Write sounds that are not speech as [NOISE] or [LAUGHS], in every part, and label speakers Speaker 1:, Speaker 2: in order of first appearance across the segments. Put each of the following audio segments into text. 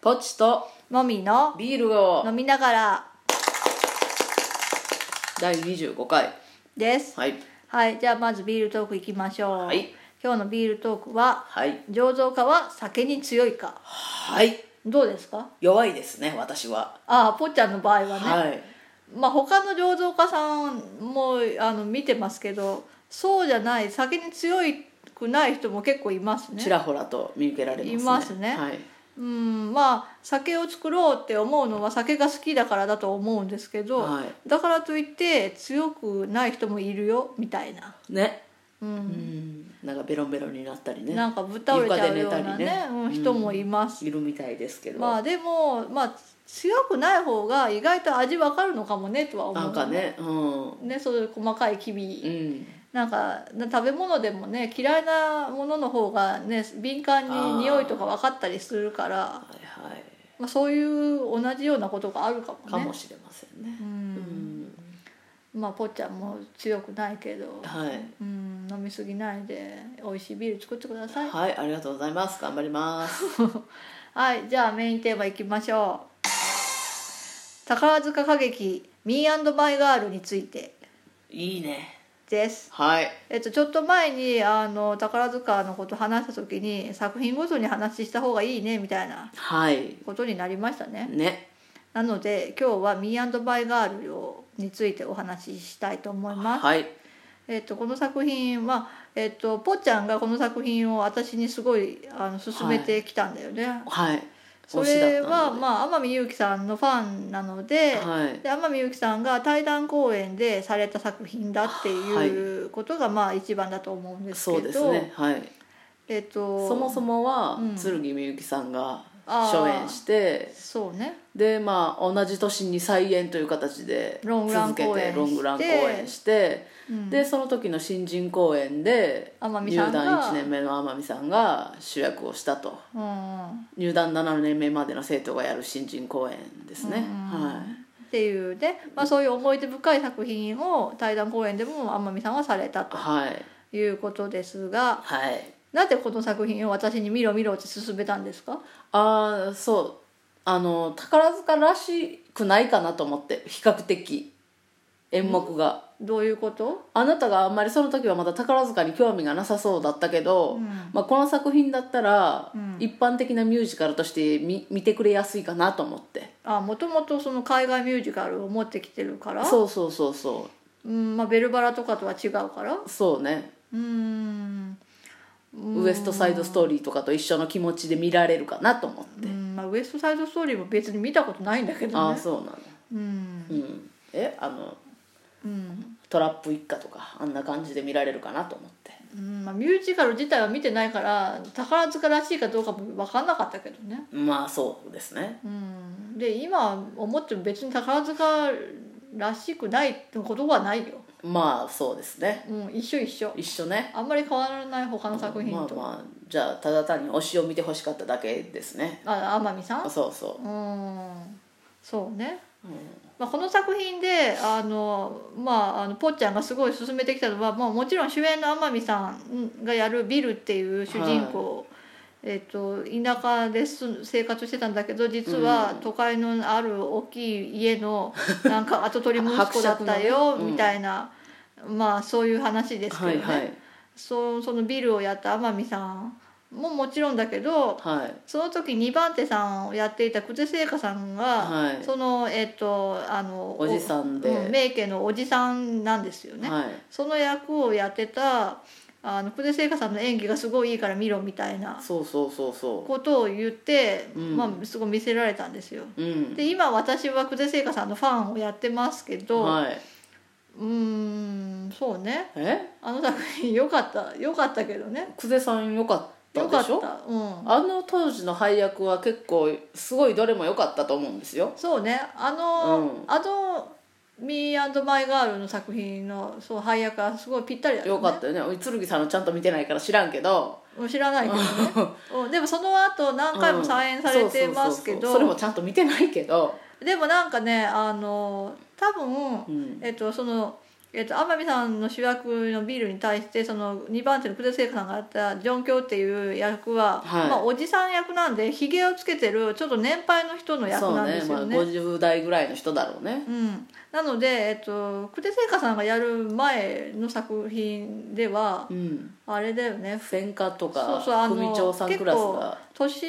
Speaker 1: ポチと
Speaker 2: もみの
Speaker 1: ビールを
Speaker 2: 飲みながら
Speaker 1: 第25回
Speaker 2: です
Speaker 1: はい
Speaker 2: はいじゃあまずビールトークいきましょう、
Speaker 1: はい
Speaker 2: 今日のビールトークは
Speaker 1: はい
Speaker 2: 醸造家は酒に強いか
Speaker 1: はい
Speaker 2: どうですか
Speaker 1: 弱いですね私は
Speaker 2: ああぽっちゃんの場合はね、
Speaker 1: はい
Speaker 2: まあ他の醸造家さんもあの見てますけどそうじゃない酒に強くない人も結構いますね
Speaker 1: ちらほらと見受けられますね
Speaker 2: いますね
Speaker 1: はい
Speaker 2: うんまあ酒を作ろうって思うのは酒が好きだからだと思うんですけど、
Speaker 1: は
Speaker 2: だからといって強くない人もいるよみたいな、
Speaker 1: ね
Speaker 2: うん
Speaker 1: うんなんかベロンベロンになったりね
Speaker 2: なんかぶっ倒れちゃうよう
Speaker 1: 床
Speaker 2: な
Speaker 1: で
Speaker 2: ね
Speaker 1: 寝たりね
Speaker 2: うん、人もいます、
Speaker 1: いるみたいですけど、
Speaker 2: まあでも、まあ、強くない方が意外と味わかるのかもねとは思う
Speaker 1: なんかねうん
Speaker 2: ねそういう細かい機微、
Speaker 1: うん
Speaker 2: なんかな食べ物でもね嫌いなものの方がね敏感
Speaker 1: あー
Speaker 2: に匂いとか分かったりするから
Speaker 1: はいはい
Speaker 2: まあ、そういう同じようなことがあるかもね
Speaker 1: かもしれませんね
Speaker 2: う、
Speaker 1: うんん
Speaker 2: まあぽっちゃんも強くないけど、
Speaker 1: はい
Speaker 2: うん、飲みすぎないで美味しいビール作ってくださいはい、
Speaker 1: はいありがとうございます頑張ります
Speaker 2: [LAUGHS] じゃあメインテーマいきましょう宝塚歌劇「Me and My Girl」について
Speaker 1: いいね
Speaker 2: です
Speaker 1: はい
Speaker 2: えっと、ちょっと前にあの宝塚のこと話した時に作品ごとに話した方がいいねみたいな
Speaker 1: はい
Speaker 2: ことになりましたね
Speaker 1: ね
Speaker 2: なので今日は「Me and My Girl を」についてお話ししたいと思います、
Speaker 1: はい
Speaker 2: えっと、この作品は、えっと、ぽっちゃんがこの作品を私にすごいあの勧めてきたんだよね、
Speaker 1: はい
Speaker 2: それは、
Speaker 1: あ
Speaker 2: まあ、天海祐希さんのファンなので,、
Speaker 1: はい
Speaker 2: で天海祐希さんが対談公演でされた作品だっていうことが、まあ一番だと思うんですけ
Speaker 1: そ
Speaker 2: ど
Speaker 1: うですねはい
Speaker 2: えっと
Speaker 1: そもそもは
Speaker 2: うん
Speaker 1: 剣みゆきさんが
Speaker 2: あー
Speaker 1: 初演して
Speaker 2: そうね
Speaker 1: でまあ同じ年に再演という形で
Speaker 2: ロングラン
Speaker 1: 続け
Speaker 2: 公
Speaker 1: て
Speaker 2: 演
Speaker 1: ロングラン公演して
Speaker 2: うん
Speaker 1: でその時の新人公演で
Speaker 2: 天海
Speaker 1: 入
Speaker 2: さんが
Speaker 1: 団1年目の天海さんが主役をしたと
Speaker 2: うん、
Speaker 1: 入団7年目までの生徒がやる新人公演ですね
Speaker 2: うん
Speaker 1: はい
Speaker 2: っていうね、まあ、そういう思い出深い作品を対談公演でも天海さんはされたと
Speaker 1: はい
Speaker 2: いうことですが
Speaker 1: はい
Speaker 2: なぜこの作品を私に見ろ見ろって勧めたんですか
Speaker 1: ああそうあの宝塚らしくないかなと思って比較的演目が、
Speaker 2: どういうこと、
Speaker 1: あなたがあんまりその時はまだ宝塚に興味がなさそうだったけど、
Speaker 2: うん
Speaker 1: まあ、この作品だったら、
Speaker 2: うん
Speaker 1: 一般的なミュージカルとして見見てくれやすいかなと思って
Speaker 2: あもともとその海外ミュージカルを持ってきてるから、
Speaker 1: そうそうそうそう
Speaker 2: んまあ、ベルバラとかとは違うから
Speaker 1: うそうね
Speaker 2: うんうん
Speaker 1: ウエストサイドストーリーとかと一緒の気持ちで見られるかなと思って、
Speaker 2: うん、まあ、ウエストサイドストーリーも別に見たことないんだけ
Speaker 1: あ
Speaker 2: ど
Speaker 1: あ
Speaker 2: ね
Speaker 1: そうなの、
Speaker 2: うん
Speaker 1: うん、えあの
Speaker 2: うん
Speaker 1: トラップ一家とかあんな感じで見られるかなと思って
Speaker 2: うんまあ、ミュージカル自体は見てないから宝塚らしいかどうかも分かんなかったけどね、
Speaker 1: まあそうですね
Speaker 2: うん、で今思っても別に宝塚らしくないってことはないよ、
Speaker 1: まあそうですね
Speaker 2: うん、一緒一緒
Speaker 1: 一緒ね
Speaker 2: あんまり変わらない他の作品と、
Speaker 1: まあまあじゃあただ単に推しを見てほしかっただけですね
Speaker 2: あ天海さん
Speaker 1: そうそう
Speaker 2: うんそうね、
Speaker 1: う
Speaker 2: まあ、この作品であの、まあ、あのぽっちゃんがすごい勧めてきたのは、まあ、もちろん主演の天海さんがやるビルっていう主人公、えっと田舎です生活してたんだけど実は
Speaker 1: うん
Speaker 2: 都会のある大きい家のな
Speaker 1: [LAUGHS]
Speaker 2: んか跡取り息子だったよ
Speaker 1: 伯爵のねうん
Speaker 2: みたいな、まあそういう話ですけど
Speaker 1: は
Speaker 2: ね、
Speaker 1: いはい
Speaker 2: そそのビルをやった天海さんももちろんだけど、
Speaker 1: はい
Speaker 2: その時2番手さんをやっていた久世聖華さんが、
Speaker 1: はい
Speaker 2: そのえっ、とあの
Speaker 1: おじさんで
Speaker 2: う名家のおじさんなんですよね、
Speaker 1: はい
Speaker 2: その役をやってたあの久世聖華さんの演技がすごいいいから見ろみたいな
Speaker 1: そうそうそうそ
Speaker 2: ことを言って、
Speaker 1: うん
Speaker 2: まあ、すごい見せられたんですよ
Speaker 1: ううん
Speaker 2: で今私は久世聖華さんのファンをやってますけど、
Speaker 1: はい
Speaker 2: ーんそうね
Speaker 1: え
Speaker 2: あの作品良かった良かったけどね
Speaker 1: 久世さんよかった
Speaker 2: 良か
Speaker 1: で
Speaker 2: っ
Speaker 1: しょ
Speaker 2: たうん
Speaker 1: あの当時の配役は結構すごいどれも良かったと思うんですよ
Speaker 2: そうねあの、
Speaker 1: うん
Speaker 2: あの「Me and My Girl」の作品のそう配役はすごいぴったりだ
Speaker 1: よかったよねおい剣さんのちゃんと見てないから知らんけど
Speaker 2: た知らないけどね、うん、でもその後何回も再演されてますけ
Speaker 1: うんそうそうそうそうそれ
Speaker 2: ど
Speaker 1: もちゃんと見てないけど
Speaker 2: でもなんかねあの多分、
Speaker 1: うん
Speaker 2: えっとそのえっと、天海さんの主役のビールに対してその2番手の久世聖華さんがやったジョン・キョウっていう役は、
Speaker 1: はい
Speaker 2: まあ、おじさん役なんでひげをつけてるちょっと年配の人の役
Speaker 1: そう
Speaker 2: なん
Speaker 1: ね
Speaker 2: です
Speaker 1: ま
Speaker 2: よ
Speaker 1: あ、
Speaker 2: ね。
Speaker 1: 50代ぐらいの人だろうね
Speaker 2: うん、なので、えっと、久手聖華さんがやる前の作品では
Speaker 1: うん
Speaker 2: あれだよね
Speaker 1: 専科と
Speaker 2: そう
Speaker 1: か
Speaker 2: そうあの
Speaker 1: 組長さんクラスが
Speaker 2: 年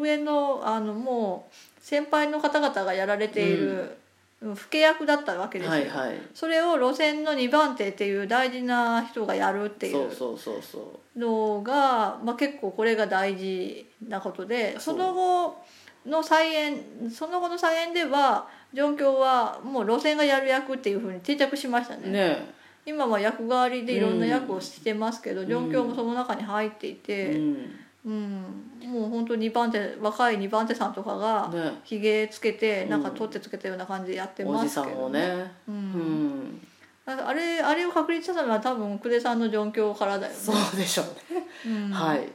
Speaker 2: 上のあのもう先輩の方々がやられている、うん、老け役だったわけですよ、
Speaker 1: はいはい
Speaker 2: それを路線の2番手っていう大事な人がやるってい
Speaker 1: そううそうそうそ
Speaker 2: のが、まあ、結構これが大事なことで
Speaker 1: そ
Speaker 2: そうの後の再演その後の再演では状況はもう路線がやる役っていうふうに定着しました
Speaker 1: う
Speaker 2: ね
Speaker 1: ね
Speaker 2: 今は役代わりでいろんな役をしてますけど、
Speaker 1: ん
Speaker 2: 状況もその中に入ってい
Speaker 1: え、う
Speaker 2: て、
Speaker 1: ん、ね
Speaker 2: うんもう本当二番手若い2番手さんとかがひげつけてなんか取ってつけたような感じでやって
Speaker 1: お
Speaker 2: ま
Speaker 1: じ
Speaker 2: す
Speaker 1: さ
Speaker 2: け
Speaker 1: ん
Speaker 2: ど
Speaker 1: を、ね
Speaker 2: う
Speaker 1: うんん、
Speaker 2: あれあれを確立したのは多分久手さんの状況からだよね。
Speaker 1: そうでしょうね、
Speaker 2: うん
Speaker 1: はい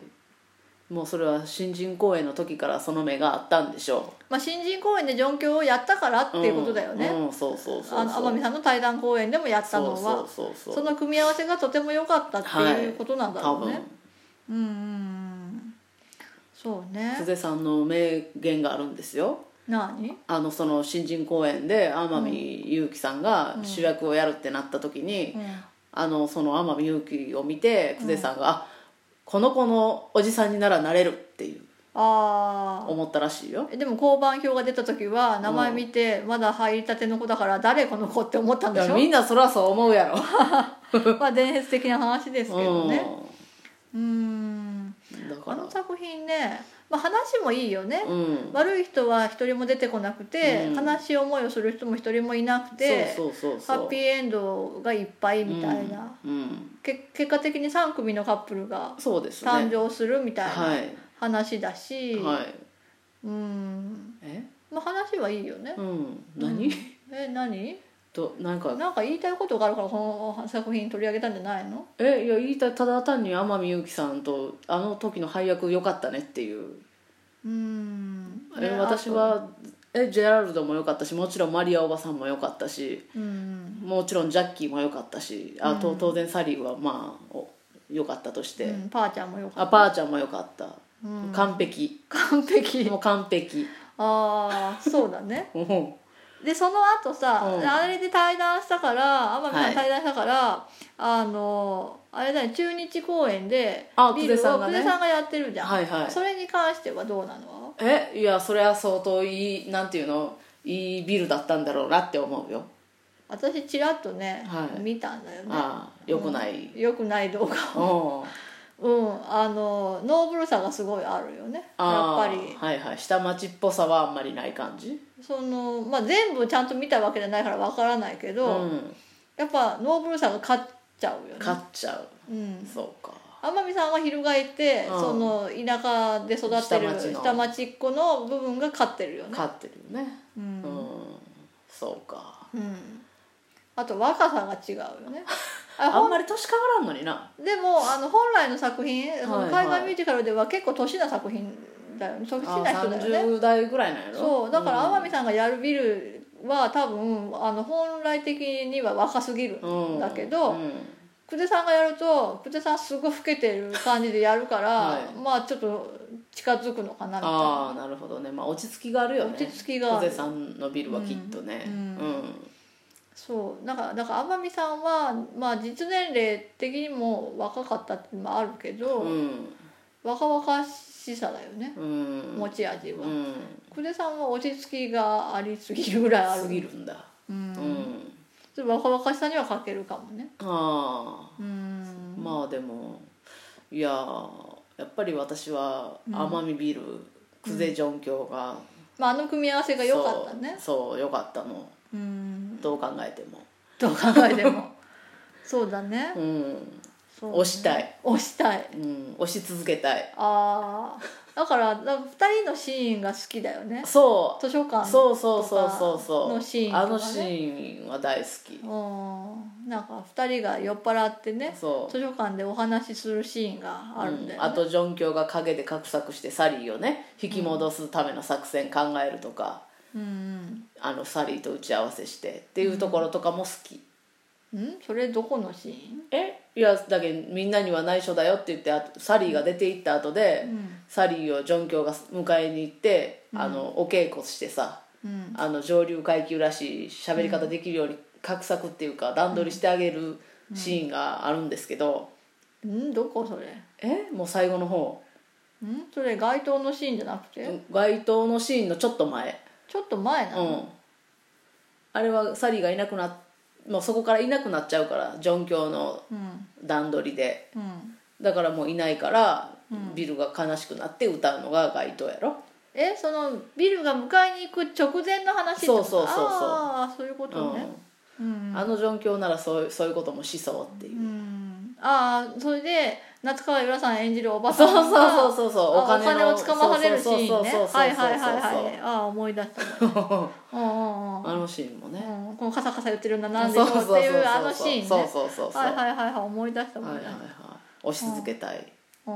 Speaker 1: もうそれは新人公演の時からその目があったんでしょ
Speaker 2: まあ、新人公演で状況をやったからって
Speaker 1: う
Speaker 2: いうことだよね。
Speaker 1: うんうんそうそうそう
Speaker 2: あの
Speaker 1: そう
Speaker 2: 天海さんの対談公演でもやったのは
Speaker 1: そうそうそう
Speaker 2: そ
Speaker 1: そう
Speaker 2: の組み合わせがとても良かったっていうことなんだ
Speaker 1: 多
Speaker 2: ろう
Speaker 1: 分
Speaker 2: ね。うんうんうんそう
Speaker 1: 久
Speaker 2: ね。
Speaker 1: 世さんの名言があるんですよ
Speaker 2: 何？
Speaker 1: あのその新人公演で天海祐希さんが主役をやるってなった時に、
Speaker 2: うん
Speaker 1: あのその天海祐希を見て久世さんが、あこの子のおじさんにならなれるっていう
Speaker 2: ああ。
Speaker 1: 思ったらしいよ
Speaker 2: えでも交番表が出た時は名前見てまだ入りたての子だから誰この子って思ったん
Speaker 1: い
Speaker 2: で
Speaker 1: や
Speaker 2: しょ
Speaker 1: みんなそらそう思うや
Speaker 2: [LAUGHS]
Speaker 1: ろ
Speaker 2: まあ伝説的な話ですけどねうん
Speaker 1: うんだか
Speaker 2: あ
Speaker 1: ら
Speaker 2: の作品ね、まあ、話もいいよね、
Speaker 1: うん
Speaker 2: 悪い人は一人も出てこなくて、
Speaker 1: うん
Speaker 2: 悲しい思いをする人も一人もいなくて
Speaker 1: そうそうそうそう
Speaker 2: ハッピーエンドがいっぱいみたいな、
Speaker 1: うん、うん
Speaker 2: け結果的に3組のカップルが
Speaker 1: そうですね
Speaker 2: 誕生するみたいな
Speaker 1: はい
Speaker 2: 話だし、
Speaker 1: はい
Speaker 2: うん
Speaker 1: え
Speaker 2: まあ話はいいよね
Speaker 1: う。ん何、
Speaker 2: うんえ何
Speaker 1: となんか
Speaker 2: なんか言いたいことがあるからこの作品取り上げたんじゃないの
Speaker 1: えいや言いたいただ単に天海祐希さんとあの時の配役良かったねっていう
Speaker 2: うん、
Speaker 1: え
Speaker 2: ね
Speaker 1: 私、
Speaker 2: あ
Speaker 1: はえジェラルドも良かったしもちろんマリアおばさんも良かったし
Speaker 2: とうん、
Speaker 1: もちろんジャッキーも良かったしあと、
Speaker 2: うん
Speaker 1: 当然サリーはまあお良かったとして、
Speaker 2: うんパーちゃんもよか
Speaker 1: あ
Speaker 2: った
Speaker 1: パーちゃんも良かった、
Speaker 2: うん
Speaker 1: 完璧
Speaker 2: 完璧
Speaker 1: もう完璧
Speaker 2: ああそうだ [LAUGHS] ね
Speaker 1: うん
Speaker 2: でその後さ、
Speaker 1: うん
Speaker 2: あれで対談したから天海さ
Speaker 1: は
Speaker 2: ん
Speaker 1: い
Speaker 2: 対談したから、あのあれだね中日公演で
Speaker 1: あ
Speaker 2: ビールを
Speaker 1: 久世さんがね
Speaker 2: 久世さんがやってるじゃん、
Speaker 1: はいはい
Speaker 2: それに関してはどうなの
Speaker 1: えいやそれは相当いいなんていうのいいビルだったんだろうなって思うよ
Speaker 2: 私ちらっとね、
Speaker 1: はい
Speaker 2: 見たんだよね
Speaker 1: ああ良くない、
Speaker 2: よくない動画
Speaker 1: うん
Speaker 2: うんあのノーブルさがすごいあるよねやっ
Speaker 1: あ
Speaker 2: ぱ
Speaker 1: ー
Speaker 2: り
Speaker 1: はいはい下町っぽさはあんまりない感じ
Speaker 2: その、まあ、全部ちゃんと見たわけじゃないからわからないけ
Speaker 1: う
Speaker 2: ど、
Speaker 1: ん
Speaker 2: やっぱノーブルさが勝っちゃうよね
Speaker 1: 勝っちゃう、
Speaker 2: うん
Speaker 1: そうか
Speaker 2: 天海さんは翻って、
Speaker 1: うん
Speaker 2: その田舎で育ってる
Speaker 1: 下町の
Speaker 2: 下町っ子の部分が勝ってるよね
Speaker 1: 勝ってるよね
Speaker 2: う、
Speaker 1: うんん、そうか
Speaker 2: うんあと若さが違うよ
Speaker 1: [LAUGHS]
Speaker 2: ねあ
Speaker 1: あん
Speaker 2: ほん
Speaker 1: まり年変わらんのにな
Speaker 2: でもあの本来の作品、その
Speaker 1: はいはい
Speaker 2: 海外ミュージカルでは結構年な作品だよね年
Speaker 1: あ
Speaker 2: な人だよね
Speaker 1: 30代ぐらいなんやろ
Speaker 2: そうだから
Speaker 1: うん
Speaker 2: 天海さんがやるビルは多分あの本来的には若すぎるんだけど、
Speaker 1: うん
Speaker 2: 久手さんがやると久手さんすごい老けてる感じでやるから、
Speaker 1: はい
Speaker 2: まあちょっと近づくのかなみたいな
Speaker 1: ああなるほどねまあ落ち着きがあるよね
Speaker 2: 落ち着きがある
Speaker 1: 小瀬さんのビルはきっとね
Speaker 2: うんう
Speaker 1: うん
Speaker 2: そうなんかだから天海さんは、まあ、実年齢的にも若かったってのもあるけど、
Speaker 1: うん
Speaker 2: 若々しさだよね
Speaker 1: うん
Speaker 2: 持ち味は、
Speaker 1: うん
Speaker 2: 久手さんは落ち着きがありすぎるぐらいある
Speaker 1: すぎるんだう
Speaker 2: う
Speaker 1: んん
Speaker 2: ちょっと若々しさには欠けるかもね
Speaker 1: ああ
Speaker 2: うん
Speaker 1: まあでもいやーやっぱり私は奄美ビール久世ジョン教が
Speaker 2: まああの組み合わせが良かったね
Speaker 1: そうそう良かったの
Speaker 2: うん
Speaker 1: どう考えても
Speaker 2: どう考えてもそうだね
Speaker 1: うん
Speaker 2: そうね
Speaker 1: 押したい
Speaker 2: 押したい
Speaker 1: うん押し続けたい
Speaker 2: ああだからなんか2人のシーンが好きだよね
Speaker 1: そ
Speaker 2: 図書
Speaker 1: う
Speaker 2: 館
Speaker 1: そうそうそうそうそう
Speaker 2: のシーンとか
Speaker 1: あ
Speaker 2: ね
Speaker 1: のシーンは大好き
Speaker 2: うんなんか2人が酔っ払ってね
Speaker 1: そう
Speaker 2: 図書館でお話しするシーンがあるんだよ、ね
Speaker 1: うんあとジョン教が陰で画策してサリーをね引き戻すための作戦考えるとか、
Speaker 2: うんうん
Speaker 1: あのサリーと打ち合わせしてっていうところとかも好き、
Speaker 2: んそれどこのシーン
Speaker 1: えいやだけどみんなには内緒だよって言ってあとサリーが出て行った後で、
Speaker 2: うん
Speaker 1: サリーをジョンキョウが迎えに行って、あのお稽古してさ
Speaker 2: うん
Speaker 1: あの上流階級らしい喋り方できるように画策っていうか段取りしてあげるシーンがあるんですけど、
Speaker 2: んどこそれ
Speaker 1: えもう最後の方
Speaker 2: んそれ街頭のシーンじゃなくて、
Speaker 1: 街頭のシーンのちょっと前
Speaker 2: ちょっと前な
Speaker 1: う
Speaker 2: の、
Speaker 1: んあれはサリーがいなくなっもうそこからいなくなっちゃうからジョンキョウの
Speaker 2: うん
Speaker 1: 段取りで
Speaker 2: うん、
Speaker 1: だからもういないから、ビルが悲しくなって歌うのが街頭やろ
Speaker 2: えそのビルが迎えに行く直前の話ってこと
Speaker 1: そうそうそうそう
Speaker 2: ああそういうことねうん、
Speaker 1: うんあのジョンキョウならそうそういうこともしそうっていうう、
Speaker 2: ん、ああそれで夏川由良さん演じるおば
Speaker 1: そ
Speaker 2: さ
Speaker 1: うん
Speaker 2: が
Speaker 1: そうそうそうそう
Speaker 2: あお金
Speaker 1: の
Speaker 2: をつかまされるシーンね
Speaker 1: そうそうそうそう
Speaker 2: はいはいはい
Speaker 1: そう
Speaker 2: はいああ思い出した、ね、うんうん
Speaker 1: あのシーンもね
Speaker 2: うん、うん、このカサカサ言ってるのは何でしょうっていうあのシーンね
Speaker 1: そうそうそうそう
Speaker 2: はいはいはいはい思い出した思
Speaker 1: はいいはい
Speaker 2: 出した、
Speaker 1: はい押し続けたい、
Speaker 2: うん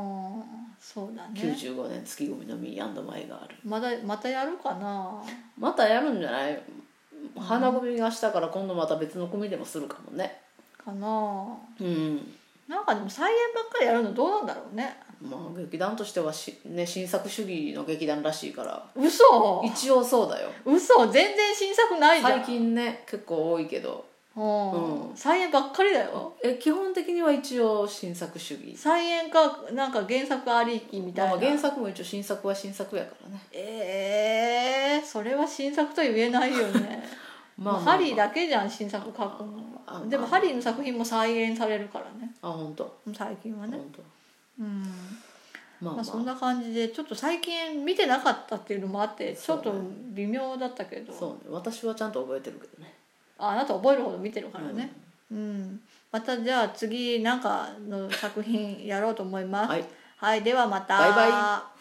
Speaker 2: そうだね
Speaker 1: 95年月組のミーマイがある
Speaker 2: まだまたやるかな
Speaker 1: またやるんじゃない花組がしたから今度また別の組でもするかもね
Speaker 2: かな
Speaker 1: うん
Speaker 2: なんかでも再演ばっかりやるのどうなんだろうね
Speaker 1: まあ劇団としてはし、ね、新作主義の劇団らしいから
Speaker 2: 嘘
Speaker 1: 一応そうだよ
Speaker 2: 嘘全然新作ないじゃん
Speaker 1: 最近ね結構多いけど
Speaker 2: うん
Speaker 1: う
Speaker 2: 再演ばっかりだよ
Speaker 1: え基本的には一応新作主義
Speaker 2: 再演かなんか原作ありきみたい
Speaker 1: ま
Speaker 2: な、
Speaker 1: あ、原作も一応新作は新作やからね
Speaker 2: ええそれは新作と言えないよね
Speaker 1: [LAUGHS] まあ
Speaker 2: もう
Speaker 1: まあ
Speaker 2: ハリーだけじゃん新作書くの
Speaker 1: あまあ
Speaker 2: はでもハリーの作品も再演されるからね
Speaker 1: あ本当
Speaker 2: 最近は
Speaker 1: 本
Speaker 2: ね
Speaker 1: 当
Speaker 2: うん
Speaker 1: まあ
Speaker 2: ま
Speaker 1: ま
Speaker 2: あ
Speaker 1: あ
Speaker 2: そんな感じでちょっと最近見てなかったっていうのもあってちょっと微妙だったけど、
Speaker 1: そうね私はちゃんと覚えてるけどね
Speaker 2: ああなた覚えるほど見てるからねうん、またじゃあ次なんかの作品やろうと思います
Speaker 1: はい
Speaker 2: はい、ではまた
Speaker 1: バイバ
Speaker 2: イ